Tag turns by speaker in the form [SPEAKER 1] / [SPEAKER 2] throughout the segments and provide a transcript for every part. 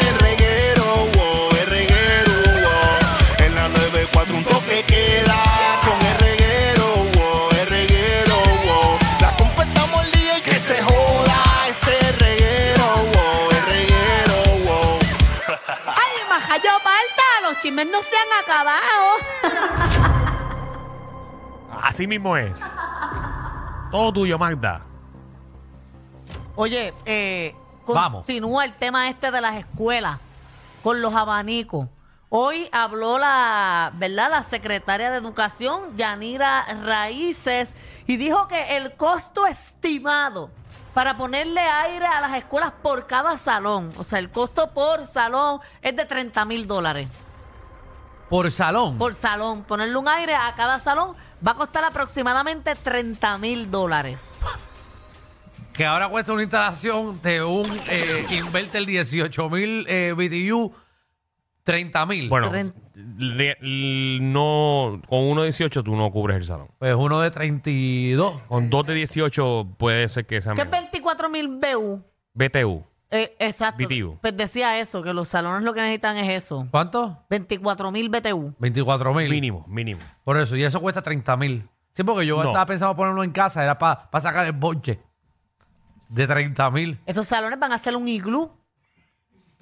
[SPEAKER 1] en el reguero, oh, el reguero. oh. En la 94 un toque queda con el reguero, oh, el reguero. oh. La completamos el día y que se joda este reguero, oh, el reguero. oh.
[SPEAKER 2] ¡Ay, majayo palta! ¡Los chismes no se han acabado!
[SPEAKER 3] Así mismo es. Todo tuyo, Magda.
[SPEAKER 4] Oye, eh,
[SPEAKER 3] Vamos.
[SPEAKER 4] continúa el tema este de las escuelas con los abanicos. Hoy habló la, ¿verdad? La secretaria de Educación, Yanira Raíces, y dijo que el costo estimado para ponerle aire a las escuelas por cada salón, o sea, el costo por salón es de 30 mil dólares.
[SPEAKER 5] Por salón.
[SPEAKER 4] Por salón, ponerle un aire a cada salón va a costar aproximadamente 30 mil dólares.
[SPEAKER 5] Que ahora cuesta una instalación de un eh, inverter 18 mil eh, BTU, 30 mil.
[SPEAKER 3] Bueno,
[SPEAKER 4] Tren-
[SPEAKER 3] le- l- no, con uno de 18 tú no cubres el salón.
[SPEAKER 5] Pues uno de 32.
[SPEAKER 3] Con dos de 18 puede ser que sea
[SPEAKER 4] ¿Qué es
[SPEAKER 3] menos.
[SPEAKER 4] 24 mil BU?
[SPEAKER 3] BTU.
[SPEAKER 4] Eh, exacto.
[SPEAKER 3] BTU.
[SPEAKER 4] Pues decía eso, que los salones lo que necesitan es eso.
[SPEAKER 5] ¿Cuánto?
[SPEAKER 4] 24 mil BTU.
[SPEAKER 5] 24 mil.
[SPEAKER 3] Mínimo, mínimo.
[SPEAKER 5] Por eso, y eso cuesta 30 mil. Sí, porque yo
[SPEAKER 3] No.
[SPEAKER 5] estaba pensando ponerlo en casa, era para sacar el bonche. De 30 mil.
[SPEAKER 4] Esos salones van a ser un iglú.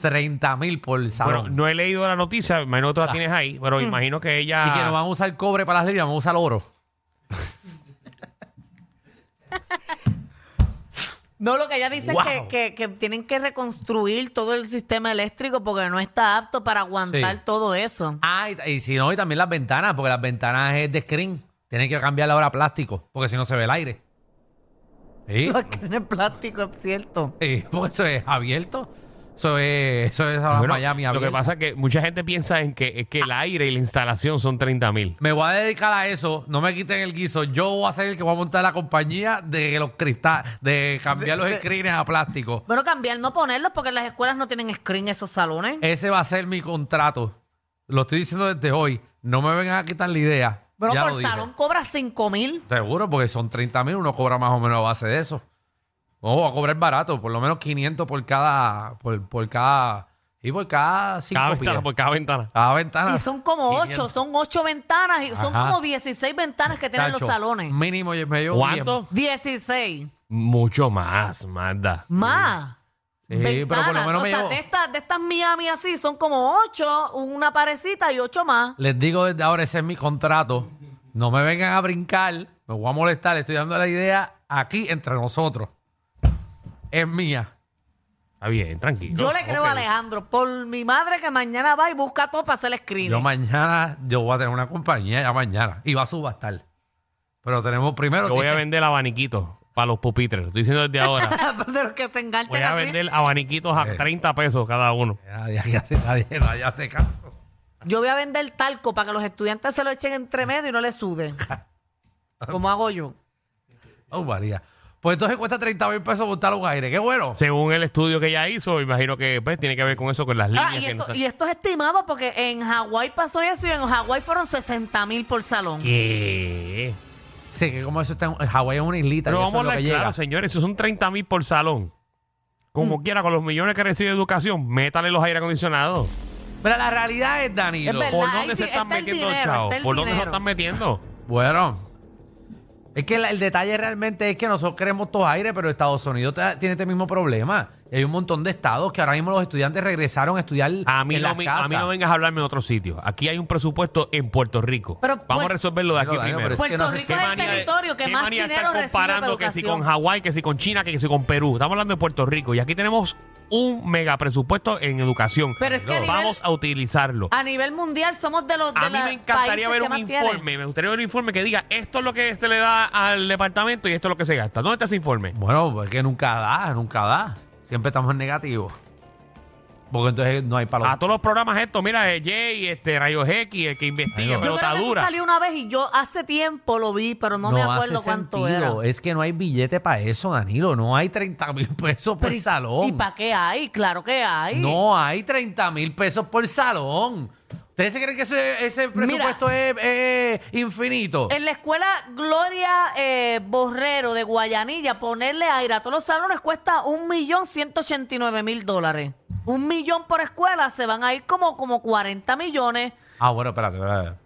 [SPEAKER 5] 30 mil por salón.
[SPEAKER 3] Bueno, no he leído la noticia, imagino que tú la tienes ahí,
[SPEAKER 4] Mm.
[SPEAKER 3] pero imagino que ella...
[SPEAKER 5] Y que no van a usar cobre para las líneas, van a usar oro.
[SPEAKER 4] No, lo que ya dicen que,
[SPEAKER 3] Wow.
[SPEAKER 4] que- que tienen que reconstruir todo el sistema eléctrico porque no está apto para aguantar
[SPEAKER 5] Sí.
[SPEAKER 4] todo eso.
[SPEAKER 5] Ah, y, y si no, y también las ventanas, porque las ventanas es de screen. Tienen que cambiarla ahora a plástico, porque si no se ve el aire. Sí,
[SPEAKER 4] Los que en plástico, es cierto.
[SPEAKER 5] sí, porque eso es abierto. Eso es, eso es ahora
[SPEAKER 3] Bueno,
[SPEAKER 5] Miami
[SPEAKER 3] lo
[SPEAKER 5] abierto.
[SPEAKER 3] que pasa es que mucha gente piensa en que, es que
[SPEAKER 4] Ah.
[SPEAKER 3] el aire y la instalación son 30 mil.
[SPEAKER 5] Me voy a dedicar a eso, no me quiten el guiso. Yo voy a ser el que voy a montar la compañía de los cristales, de cambiar los screens a plástico.
[SPEAKER 4] Bueno, cambiar, no ponerlos porque las escuelas no tienen screen esos salones.
[SPEAKER 5] Ese va a ser mi contrato. Lo estoy diciendo desde hoy. No me vengan a quitar la idea.
[SPEAKER 4] Bueno,
[SPEAKER 5] Ya lo
[SPEAKER 4] por
[SPEAKER 5] dije.
[SPEAKER 4] salón cobra 5 mil.
[SPEAKER 5] Seguro, porque son 30 mil, uno cobra más o menos a base de eso. Ojo, va a cobrar barato, por lo menos 500 por cada. por, por cada. y por cada 5
[SPEAKER 3] Cada ventana, por cada ventana.
[SPEAKER 5] Cada ventana.
[SPEAKER 4] Y son como 8,
[SPEAKER 5] 500.
[SPEAKER 4] son 8 ventanas y son
[SPEAKER 5] Ah, Ajá.
[SPEAKER 4] como 16 ventanas que tienen
[SPEAKER 5] Chacho,
[SPEAKER 4] los salones.
[SPEAKER 5] Mínimo, yo me llevo
[SPEAKER 3] ¿Cuánto?
[SPEAKER 4] 16.
[SPEAKER 3] Mucho más, Magda.
[SPEAKER 4] Más.
[SPEAKER 5] Sí, pero por lo
[SPEAKER 4] Ventanas.
[SPEAKER 5] menos
[SPEAKER 4] O
[SPEAKER 5] me
[SPEAKER 4] sea,
[SPEAKER 5] llevo-
[SPEAKER 4] de estas, de estas Miami así, son como ocho, una parecita y ocho más.
[SPEAKER 5] 10. Les digo desde ahora, ese es mi contrato. No me vengan a brincar, me voy a molestar. Le Estoy dando la idea aquí entre nosotros. Es mía.
[SPEAKER 3] Está bien, tranquilo.
[SPEAKER 4] Yo le creo
[SPEAKER 3] Ok.
[SPEAKER 4] a Alejandro, por mi madre que mañana va y busca todo para hacer el screen.
[SPEAKER 5] Yo mañana, yo voy a tener una compañía ya mañana. Y va a subastar. Pero tenemos primero.
[SPEAKER 3] Yo voy a
[SPEAKER 5] tiene-
[SPEAKER 3] vender abaniquitos para los pupitres, lo estoy diciendo desde ahora.
[SPEAKER 4] de los que se enganchan
[SPEAKER 3] Voy a
[SPEAKER 4] así.
[SPEAKER 3] vender abaniquitos a 30 pesos cada uno.
[SPEAKER 5] Ya, ya, ya se- nadie- nadie hace caso.
[SPEAKER 4] Yo voy a vender talco para que los estudiantes se lo echen entre medio y no le suden. como hago yo.
[SPEAKER 5] Oh, María. Pues entonces cuesta 30 mil pesos montar un aire. Qué bueno.
[SPEAKER 3] Según el estudio que ella hizo, imagino que pues, tiene que ver con eso, con las líneas.
[SPEAKER 4] Ah, y,
[SPEAKER 3] que no
[SPEAKER 4] esto,
[SPEAKER 3] están-
[SPEAKER 4] y esto es estimado porque en Hawái pasó eso y en Hawái fueron 60 mil por salón.
[SPEAKER 3] ¿Qué?
[SPEAKER 5] Sí, que como eso está en Hawái es una islita.
[SPEAKER 3] Pero
[SPEAKER 5] y eso
[SPEAKER 3] vamos
[SPEAKER 5] es
[SPEAKER 3] a
[SPEAKER 5] lo que
[SPEAKER 3] hablar
[SPEAKER 5] llega.
[SPEAKER 3] claro, señores, eso son 30 mil por salón.
[SPEAKER 4] Mm.
[SPEAKER 3] Como quiera, con los millones que recibe educación, métale los aire acondicionados.
[SPEAKER 5] Pero la realidad es, Danilo.
[SPEAKER 4] Es verdad.
[SPEAKER 3] ¿Por
[SPEAKER 4] ahí
[SPEAKER 3] dónde
[SPEAKER 4] sí
[SPEAKER 3] se están
[SPEAKER 4] está el
[SPEAKER 3] metiendo
[SPEAKER 4] dinero,
[SPEAKER 3] chavos?
[SPEAKER 4] está el
[SPEAKER 3] ¿Por dónde se
[SPEAKER 4] dinero.
[SPEAKER 3] están metiendo?
[SPEAKER 5] Bueno. Es que la- el detalle realmente es que nosotros queremos todo aire, pero Estados Unidos ta- tiene este mismo problema. Y hay un montón de estados que ahora mismo los estudiantes regresaron a estudiar
[SPEAKER 3] A mí,
[SPEAKER 5] en
[SPEAKER 3] no,
[SPEAKER 5] las
[SPEAKER 3] me- a
[SPEAKER 5] casas.
[SPEAKER 3] mí no vengas a hablarme de otro sitio. Aquí hay un presupuesto en Puerto Rico.
[SPEAKER 4] Pero pues,
[SPEAKER 3] Vamos a
[SPEAKER 4] Puer-
[SPEAKER 3] resolverlo de aquí
[SPEAKER 5] Pero, Danilo,
[SPEAKER 3] primero.
[SPEAKER 5] pero es que
[SPEAKER 4] Puerto
[SPEAKER 5] no sé
[SPEAKER 4] Rico
[SPEAKER 5] qué
[SPEAKER 4] es el
[SPEAKER 3] manía de-
[SPEAKER 4] territorio que
[SPEAKER 3] qué
[SPEAKER 4] más
[SPEAKER 3] manía de
[SPEAKER 4] dinero
[SPEAKER 3] estar
[SPEAKER 4] recibe para
[SPEAKER 3] comparando que si con
[SPEAKER 4] educación.
[SPEAKER 3] Hawái, que si con China, que si con Perú. Estamos hablando de Puerto Rico y aquí tenemos un mega presupuesto en educación.
[SPEAKER 4] Pero es que a nivel-
[SPEAKER 3] vamos a utilizarlo.
[SPEAKER 4] A nivel mundial somos de los de
[SPEAKER 3] A mí
[SPEAKER 4] los
[SPEAKER 3] me encantaría
[SPEAKER 4] países
[SPEAKER 3] ver
[SPEAKER 4] que
[SPEAKER 3] un
[SPEAKER 4] más tienen.
[SPEAKER 3] informe, me gustaría ver un informe que diga esto es lo que se le da al departamento y esto es lo que se gasta. ¿Dónde está ese informe?
[SPEAKER 5] Bueno, pues es que nunca da, nunca da. Siempre estamos en negativo. Porque entonces no hay
[SPEAKER 3] A
[SPEAKER 5] palo.
[SPEAKER 3] todos los programas estos, mira, eh, Jay, este, Rayos X, el que investiga en
[SPEAKER 5] Yo creo
[SPEAKER 4] Yo creo que eso
[SPEAKER 3] pelotadura.
[SPEAKER 4] salió una vez y yo hace tiempo lo vi, pero no, me acuerdo cuánto era.
[SPEAKER 5] Es que no hay billete para eso, Danilo. No hay 30 mil pesos por
[SPEAKER 4] Pero ¿y-
[SPEAKER 5] salón.
[SPEAKER 4] ¿Y para qué hay? Claro que hay.
[SPEAKER 5] No hay 30 mil pesos por salón. ¿Ustedes se creen que ese, ese presupuesto es, es infinito?
[SPEAKER 4] En la escuela Gloria eh, Borrero de Guayanilla, ponerle aire a todos los salones cuesta un millón ciento ochenta y nueve mil dólares. Un millón por escuela se van a ir como, como 40 millones.
[SPEAKER 5] Ah, bueno, espérate, espérate.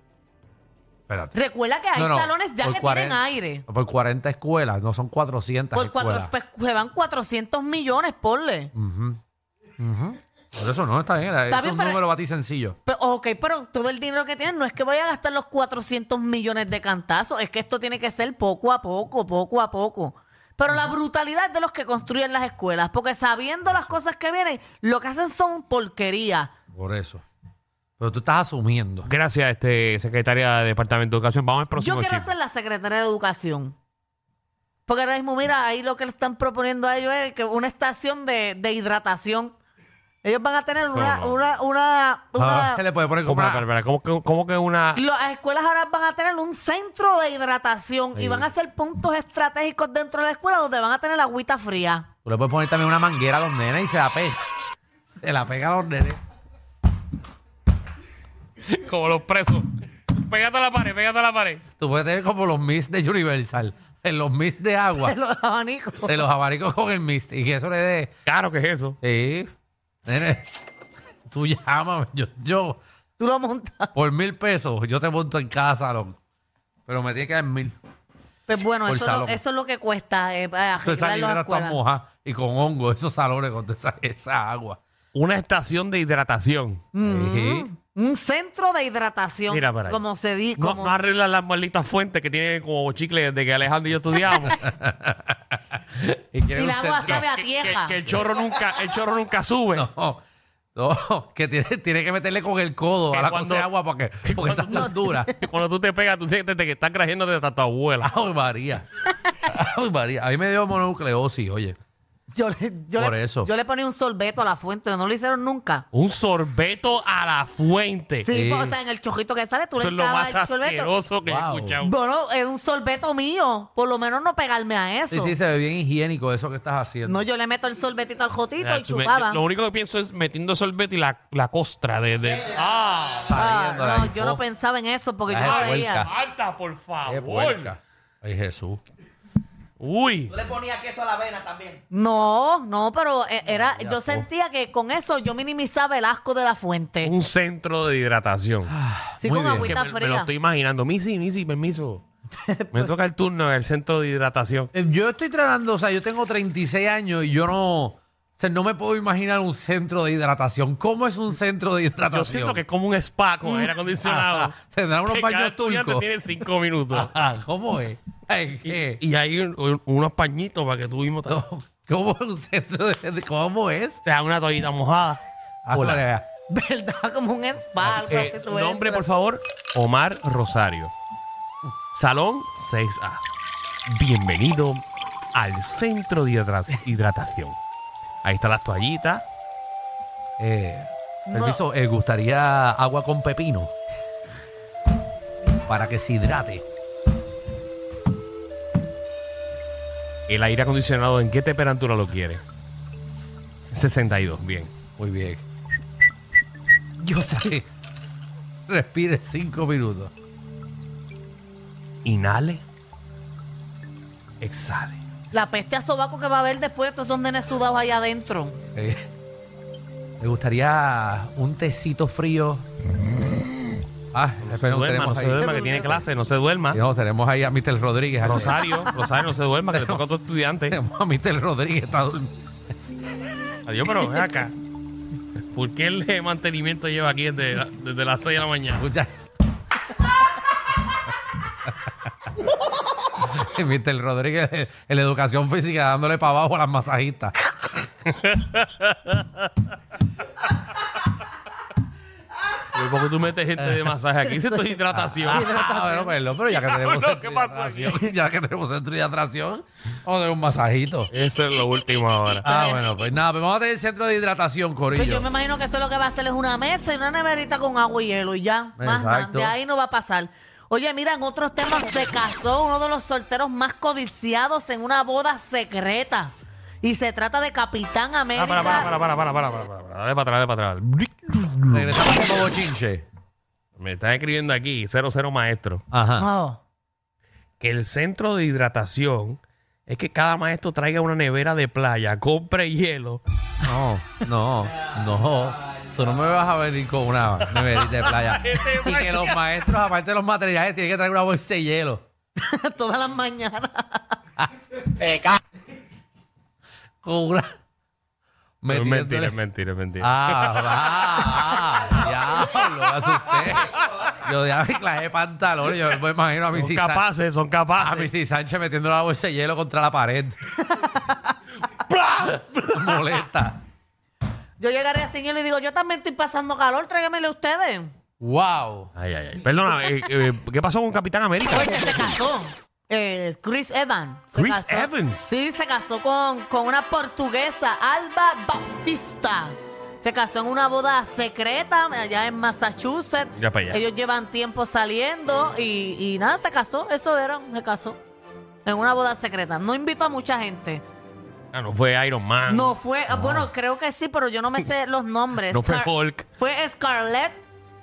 [SPEAKER 5] Espérate.
[SPEAKER 4] Recuerda que hay
[SPEAKER 5] No, no,
[SPEAKER 4] salones ya
[SPEAKER 5] por
[SPEAKER 4] que
[SPEAKER 5] 40
[SPEAKER 4] tienen aire.
[SPEAKER 5] Por 40 escuelas, no son 400
[SPEAKER 4] Por cuatro,
[SPEAKER 5] escuelas.
[SPEAKER 4] pues, se van 400 millones, ponle.
[SPEAKER 5] Por eso no, está bien.
[SPEAKER 4] Está
[SPEAKER 5] es
[SPEAKER 4] bien,
[SPEAKER 5] un
[SPEAKER 4] pero-
[SPEAKER 5] número para ti sencillo.
[SPEAKER 4] Pero, ok, pero todo el dinero que tienen no es que voy a gastar los 400 millones de cantazos, es que esto tiene que ser poco a poco, poco a poco. Pero la brutalidad de los que construyen las escuelas, porque sabiendo las cosas que vienen, lo que hacen son porquería.
[SPEAKER 5] Por eso. Pero tú estás asumiendo.
[SPEAKER 3] Gracias, este, secretaria de Departamento de Educación. Vamos al
[SPEAKER 4] Yo
[SPEAKER 3] próximo
[SPEAKER 4] quiero
[SPEAKER 3] chisme.
[SPEAKER 4] ser la secretaria de Educación. Porque ahora mismo, mira, ahí lo que le están proponiendo a ellos es que una estación de, de hidratación. Ellos van a tener una...
[SPEAKER 3] no.
[SPEAKER 4] una, una, una-
[SPEAKER 5] Ah, ¿Qué le puede poner
[SPEAKER 3] ¿Cómo,
[SPEAKER 5] como
[SPEAKER 3] espera, espera, ¿cómo que- cómo que una
[SPEAKER 4] Lo- Las escuelas ahora van a tener un centro de hidratación y van a ser puntos estratégicos dentro de la escuela donde van a tener agüita fría.
[SPEAKER 5] Tú le puedes poner también una manguera a los nenes y se la pega. Se la pega a los nenes.
[SPEAKER 3] Como los presos. Pégate a la pared, pégate a la pared.
[SPEAKER 5] Tú puedes tener como los mist de Universal. En los mist de agua.
[SPEAKER 3] Ah.
[SPEAKER 4] De los abanicos.
[SPEAKER 3] Eh.
[SPEAKER 5] de los abanicos con el mist. Y que eso le dé.
[SPEAKER 3] Claro que es eso.
[SPEAKER 5] Sí. Nene, tú llámame. Yo, yo,
[SPEAKER 4] Tú lo montas.
[SPEAKER 5] por mil pesos, yo te monto en cada salón. Pero me tiene que dar mil.
[SPEAKER 4] Pues bueno,
[SPEAKER 5] Por
[SPEAKER 4] eso es, lo,
[SPEAKER 5] salón.
[SPEAKER 4] eso es lo que cuesta eh,
[SPEAKER 5] Todas esas
[SPEAKER 4] arreglar las
[SPEAKER 5] libreras están
[SPEAKER 4] escuelas.
[SPEAKER 5] mojadas y con hongo, esos salones con toda esa, esa agua.
[SPEAKER 3] Una estación de hidratación.
[SPEAKER 4] Mm.
[SPEAKER 5] Sí.
[SPEAKER 4] Un centro de hidratación.
[SPEAKER 3] Mira para allá.
[SPEAKER 4] como se dice.
[SPEAKER 3] No, no arreglan las malditas fuentes que tienen como chicle desde que Alejandro y yo estudiábamos.
[SPEAKER 5] Y quieren
[SPEAKER 4] y
[SPEAKER 5] un
[SPEAKER 4] la agua
[SPEAKER 5] centro-
[SPEAKER 4] sabe a
[SPEAKER 3] Que-
[SPEAKER 4] tieja.
[SPEAKER 3] Que, que el chorro nunca, el chorro nunca sube.
[SPEAKER 5] No, no, que tiene, tiene que meterle con el codo a
[SPEAKER 3] Que
[SPEAKER 5] la
[SPEAKER 3] cuando-
[SPEAKER 5] cosa de agua porque,
[SPEAKER 3] que
[SPEAKER 5] porque
[SPEAKER 3] cuando
[SPEAKER 5] está tan dura.
[SPEAKER 3] Y Cuando tú te pegas, tú sientes que estás creyéndote hasta tu abuela.
[SPEAKER 5] Ay, María. Ay, María. A mí me dio mononucleosis, oye.
[SPEAKER 4] Yo le, yo,
[SPEAKER 5] Por
[SPEAKER 4] le,
[SPEAKER 5] eso.
[SPEAKER 4] yo le ponía un sorbeto a la fuente. No lo hicieron nunca.
[SPEAKER 3] Un sorbeto a la fuente.
[SPEAKER 4] Sí,
[SPEAKER 5] Sí.
[SPEAKER 4] pues, o sea, en el chojito que sale, tú
[SPEAKER 3] Eso es
[SPEAKER 4] le
[SPEAKER 3] lo
[SPEAKER 4] echabas
[SPEAKER 3] más
[SPEAKER 4] el sorbeto.
[SPEAKER 3] asqueroso que
[SPEAKER 5] Wow.
[SPEAKER 3] he escuchado.
[SPEAKER 4] Bueno, es un sorbeto mío. Por lo menos no pegarme a eso.
[SPEAKER 5] Sí, sí, se ve bien higiénico eso que estás haciendo.
[SPEAKER 4] No, yo le meto el sorbetito al jotito
[SPEAKER 3] Mira,
[SPEAKER 4] y
[SPEAKER 3] tú me-
[SPEAKER 4] chupaba.
[SPEAKER 3] lo único que pienso es metiendo sorbeto y la, la costra de. de-
[SPEAKER 4] Eh,
[SPEAKER 3] ¡Ah!
[SPEAKER 4] Ah,
[SPEAKER 5] Saliendo
[SPEAKER 4] no,
[SPEAKER 5] ahí.
[SPEAKER 4] yo no
[SPEAKER 5] Oh,
[SPEAKER 4] pensaba en eso porque yo
[SPEAKER 5] Ay,
[SPEAKER 4] no
[SPEAKER 5] puerca.
[SPEAKER 4] veía.
[SPEAKER 3] ¡Alta, por
[SPEAKER 5] qué
[SPEAKER 3] favor!
[SPEAKER 5] puerca. Ay, Jesús.
[SPEAKER 3] ¡Uy!
[SPEAKER 6] Yo le ponía queso a la avena también.
[SPEAKER 4] No, no, pero eh, era, yo sentía que con eso yo minimizaba el asco de la fuente.
[SPEAKER 3] Un centro de hidratación.
[SPEAKER 4] Ah, Sí,
[SPEAKER 5] muy
[SPEAKER 4] con
[SPEAKER 5] bien.
[SPEAKER 3] Que
[SPEAKER 4] agüita
[SPEAKER 3] me, me lo
[SPEAKER 4] fría.
[SPEAKER 3] estoy imaginando. Misi, Misi, permiso. Me toca el turno en el centro de hidratación.
[SPEAKER 5] Eh, Yo estoy tratando, o sea, yo tengo 36 años y yo no. O sea, no me puedo imaginar un centro de hidratación. ¿Cómo es un centro de hidratación?
[SPEAKER 3] Yo siento que es como un spa con aire acondicionado.
[SPEAKER 5] Ajá. Tendrán unos
[SPEAKER 3] que
[SPEAKER 5] baños
[SPEAKER 3] cada estudiante
[SPEAKER 5] turcos. Ah,
[SPEAKER 3] tiene cinco minutos.
[SPEAKER 5] Ajá, ¿Cómo es? Ay, ¿qué?
[SPEAKER 3] Y, y hay un- un- unos pañitos para que tú mismo te,
[SPEAKER 5] eh. No, ¿Cómo es un centro de ¿Cómo es?
[SPEAKER 3] te hagas una toallita mojada.
[SPEAKER 5] Ah, vale.
[SPEAKER 4] ¿Verdad? Como un spa. algo
[SPEAKER 3] Eh,
[SPEAKER 4] así, tú ves.
[SPEAKER 3] nombre, por favor. Omar Rosario. Salón 6A. Bienvenido al centro de hidra- hidratación. Ahí están las toallitas.
[SPEAKER 5] Eh, permiso, eh, gustaría agua con pepino. Para que se hidrate.
[SPEAKER 3] El aire acondicionado, ¿en qué temperatura lo quiere? 62, bien.
[SPEAKER 5] Muy bien. Yo sé. Respire cinco minutos.
[SPEAKER 3] Inhale. Exhale.
[SPEAKER 4] La peste a sobaco que va a haber después de todos esos nenes sudados allá adentro.
[SPEAKER 5] Eh, me gustaría un tecito frío. Ah,
[SPEAKER 3] Mm. No
[SPEAKER 5] espera,
[SPEAKER 3] duerma, no
[SPEAKER 5] tenemos
[SPEAKER 3] se
[SPEAKER 5] ahí.
[SPEAKER 3] duerma, que tiene clase, no se duerma.
[SPEAKER 5] No, tenemos ahí a Mr. Rodríguez. aquí.
[SPEAKER 3] Rosario, Rosario, no se duerma, que le toca a otro estudiante.
[SPEAKER 5] Tenemos a Mr. Rodríguez, está durmiendo.
[SPEAKER 3] Adiós, pero ven acá. ¿Por qué el de mantenimiento lleva aquí desde, la- desde las 6 de la mañana?
[SPEAKER 5] Escucha. Y Mr. Rodríguez en la educación física dándole para abajo a las masajistas.
[SPEAKER 3] ¿Por qué tú metes gente de masaje aquí? Si esto es hidratación.
[SPEAKER 5] Ah, bueno, perdón, pero ya que tenemos
[SPEAKER 3] Cabrón,
[SPEAKER 5] centro
[SPEAKER 3] ¿qué
[SPEAKER 5] de
[SPEAKER 3] pasó aquí?
[SPEAKER 5] atracción, ya que tenemos centro de atracción, o de un masajito.
[SPEAKER 3] Eso es lo último ahora.
[SPEAKER 5] Ah, bueno, pues nada, pues vamos a tener centro de hidratación,
[SPEAKER 4] Pues yo
[SPEAKER 5] Corillo.
[SPEAKER 4] me imagino que eso lo que va a hacer es una mesa y una neverita con agua y hielo y ya. Más nada,
[SPEAKER 5] Exacto.
[SPEAKER 4] de ahí no va a pasar. Oye, mira, en otros temas se casó uno de los solteros más codiciados en una boda secreta. Y se trata de Capitán América.
[SPEAKER 3] Ah, para, para, para, para, para, para, para, para, para. Dale para atrás, dale para atrás.
[SPEAKER 5] Regresamos con bochinche.
[SPEAKER 3] Me están escribiendo aquí, 00 maestro,
[SPEAKER 5] Ajá.
[SPEAKER 4] No.
[SPEAKER 3] que el centro de hidratación es que cada maestro traiga una nevera de playa, compre hielo.
[SPEAKER 5] No, no, no. Tú no me vas a venir con una neverita de playa. y que los maestros, aparte de los materiales, tienen que traer una bolsa de hielo.
[SPEAKER 4] Todas las mañanas.
[SPEAKER 5] Con una...
[SPEAKER 3] Es
[SPEAKER 5] metiéndole-
[SPEAKER 3] mentira, es mentira, es mentira.
[SPEAKER 5] Ah, va, diablo, me asusté. Yo ya me clavé pantalones. Yo me imagino a mi
[SPEAKER 3] son
[SPEAKER 5] Cis
[SPEAKER 3] capaces, son capaces.
[SPEAKER 5] a Missy Sánchez metiendo la bolsa de hielo contra la pared. ¡Pla! Molesta.
[SPEAKER 4] Yo llegaría sin hielo y digo, yo también estoy pasando calor, tráigamele ustedes.
[SPEAKER 5] Wow.
[SPEAKER 3] Ay, ay, ay. Perdona, eh, eh, ¿qué pasó con Capitán América?
[SPEAKER 4] Oye, se casó. Eh, Chris Evans. se
[SPEAKER 3] Chris
[SPEAKER 4] casó.
[SPEAKER 3] Evans.
[SPEAKER 4] Sí, se casó con, con una portuguesa, Alba Baptista. Se casó en una boda secreta allá en Massachusetts.
[SPEAKER 3] Ya para allá.
[SPEAKER 4] Ellos llevan tiempo saliendo y, y nada, se casó. Eso era, se casó. En una boda secreta. No invitó a mucha gente.
[SPEAKER 3] Ah, no fue Iron Man.
[SPEAKER 4] No fue, ah, bueno, creo que sí, pero yo no me sé los nombres.
[SPEAKER 3] No fue
[SPEAKER 4] Scar-
[SPEAKER 3] Hulk.
[SPEAKER 4] Fue Scarlett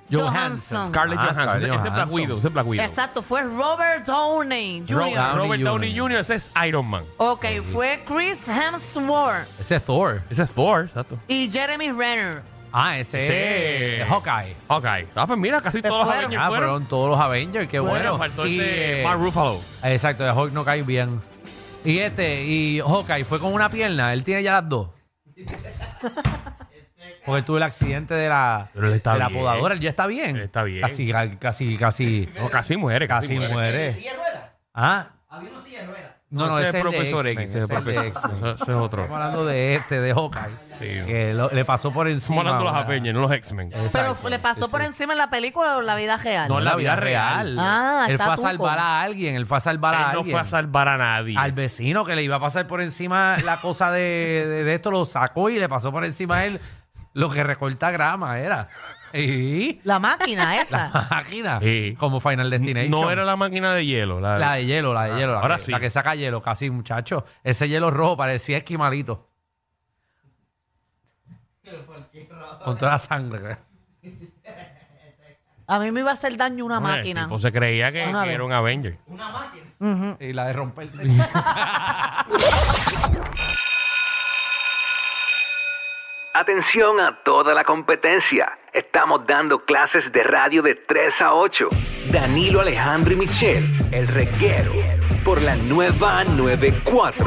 [SPEAKER 4] Johansson.
[SPEAKER 3] Scarlett
[SPEAKER 5] Ah,
[SPEAKER 3] Johansson.
[SPEAKER 5] Scarlett
[SPEAKER 3] Ese- Ese es Black
[SPEAKER 5] Johansson.
[SPEAKER 3] Widow, ese es Black Widow.
[SPEAKER 4] Exacto, fue Robert Downey Jr.
[SPEAKER 3] Robert,
[SPEAKER 5] Downey
[SPEAKER 3] Robert Downey
[SPEAKER 5] Jr.
[SPEAKER 3] Jr., ese es Iron Man.
[SPEAKER 4] Ok, fue Chris Hemsworth
[SPEAKER 5] Ese es Thor.
[SPEAKER 3] Ese es Thor, exacto.
[SPEAKER 4] y Jeremy Renner.
[SPEAKER 5] Ah, ese
[SPEAKER 3] Ese-
[SPEAKER 5] es Hawkeye.
[SPEAKER 3] Ok. Ah, pues mira, casi todos los
[SPEAKER 4] fueron.
[SPEAKER 3] Avengers
[SPEAKER 5] Ah,
[SPEAKER 3] fueron.
[SPEAKER 5] fueron todos los Avengers, qué bueno.
[SPEAKER 3] Bueno, faltó
[SPEAKER 5] Y,
[SPEAKER 3] el de
[SPEAKER 5] eh,
[SPEAKER 3] Mark Ruffalo.
[SPEAKER 5] Exacto, de Hulk no cae bien. Y este, y Hawkeye fue con una pierna, él tiene ya las dos. Porque él tuvo el accidente de la,
[SPEAKER 3] Pero él está
[SPEAKER 5] de la
[SPEAKER 3] bien.
[SPEAKER 5] podadora, él ya está bien.
[SPEAKER 3] Él está bien.
[SPEAKER 5] Casi, casi, casi,
[SPEAKER 3] No, casi muere, casi,
[SPEAKER 5] casi
[SPEAKER 3] muere.
[SPEAKER 6] ¿De
[SPEAKER 5] muere.
[SPEAKER 6] silla de ruedas?
[SPEAKER 5] Ah,
[SPEAKER 6] Había una silla de ruedas.
[SPEAKER 5] no, no,
[SPEAKER 3] ese
[SPEAKER 5] ese,
[SPEAKER 3] es
[SPEAKER 5] el de
[SPEAKER 3] profesor
[SPEAKER 5] X-Men,
[SPEAKER 3] X, ese es
[SPEAKER 5] ese es el de
[SPEAKER 3] profesor X.
[SPEAKER 5] X-Men.
[SPEAKER 3] Ese ese es otro.
[SPEAKER 5] Estamos hablando de este, de Hawkeye.
[SPEAKER 3] Sí.
[SPEAKER 5] Que lo- le pasó por encima.
[SPEAKER 3] Estamos hablando de los
[SPEAKER 5] una-
[SPEAKER 3] Avengers, no los X-Men.
[SPEAKER 5] Este,
[SPEAKER 4] Pero
[SPEAKER 5] Exacto,
[SPEAKER 4] le pasó
[SPEAKER 5] sí,
[SPEAKER 4] por
[SPEAKER 5] sí.
[SPEAKER 4] encima en la película o en la vida real.
[SPEAKER 5] No, en la vida real.
[SPEAKER 4] Ah,
[SPEAKER 5] él
[SPEAKER 4] está
[SPEAKER 5] fue a
[SPEAKER 4] tuco.
[SPEAKER 5] salvar a alguien, él fue a salvar a
[SPEAKER 3] Él no
[SPEAKER 5] alguien.
[SPEAKER 3] fue a salvar a nadie.
[SPEAKER 5] Al vecino que le iba a pasar por encima la cosa de, de- de esto, lo sacó y le pasó por encima a él lo que recorta grama era. Y
[SPEAKER 4] La máquina esa.
[SPEAKER 5] la máquina,
[SPEAKER 3] Sí.
[SPEAKER 5] como Final Destination.
[SPEAKER 3] No era la máquina de hielo. La,
[SPEAKER 5] La de hielo, la de hielo. la
[SPEAKER 3] ahora
[SPEAKER 5] que-
[SPEAKER 3] sí.
[SPEAKER 5] La que saca hielo, casi, muchacho. Ese hielo rojo parecía esquimalito. Con toda la sangre.
[SPEAKER 4] A mí me iba a hacer daño una
[SPEAKER 3] Bueno, el
[SPEAKER 4] máquina.
[SPEAKER 3] tipo se creía que,
[SPEAKER 4] Una
[SPEAKER 3] que
[SPEAKER 4] vez.
[SPEAKER 3] era un Avenger.
[SPEAKER 5] Y la de romperse.
[SPEAKER 7] Atención a toda la competencia. Estamos dando clases de radio de 3 a 8. Danilo Alejandro y Michel, el reguero, por la nueva 94.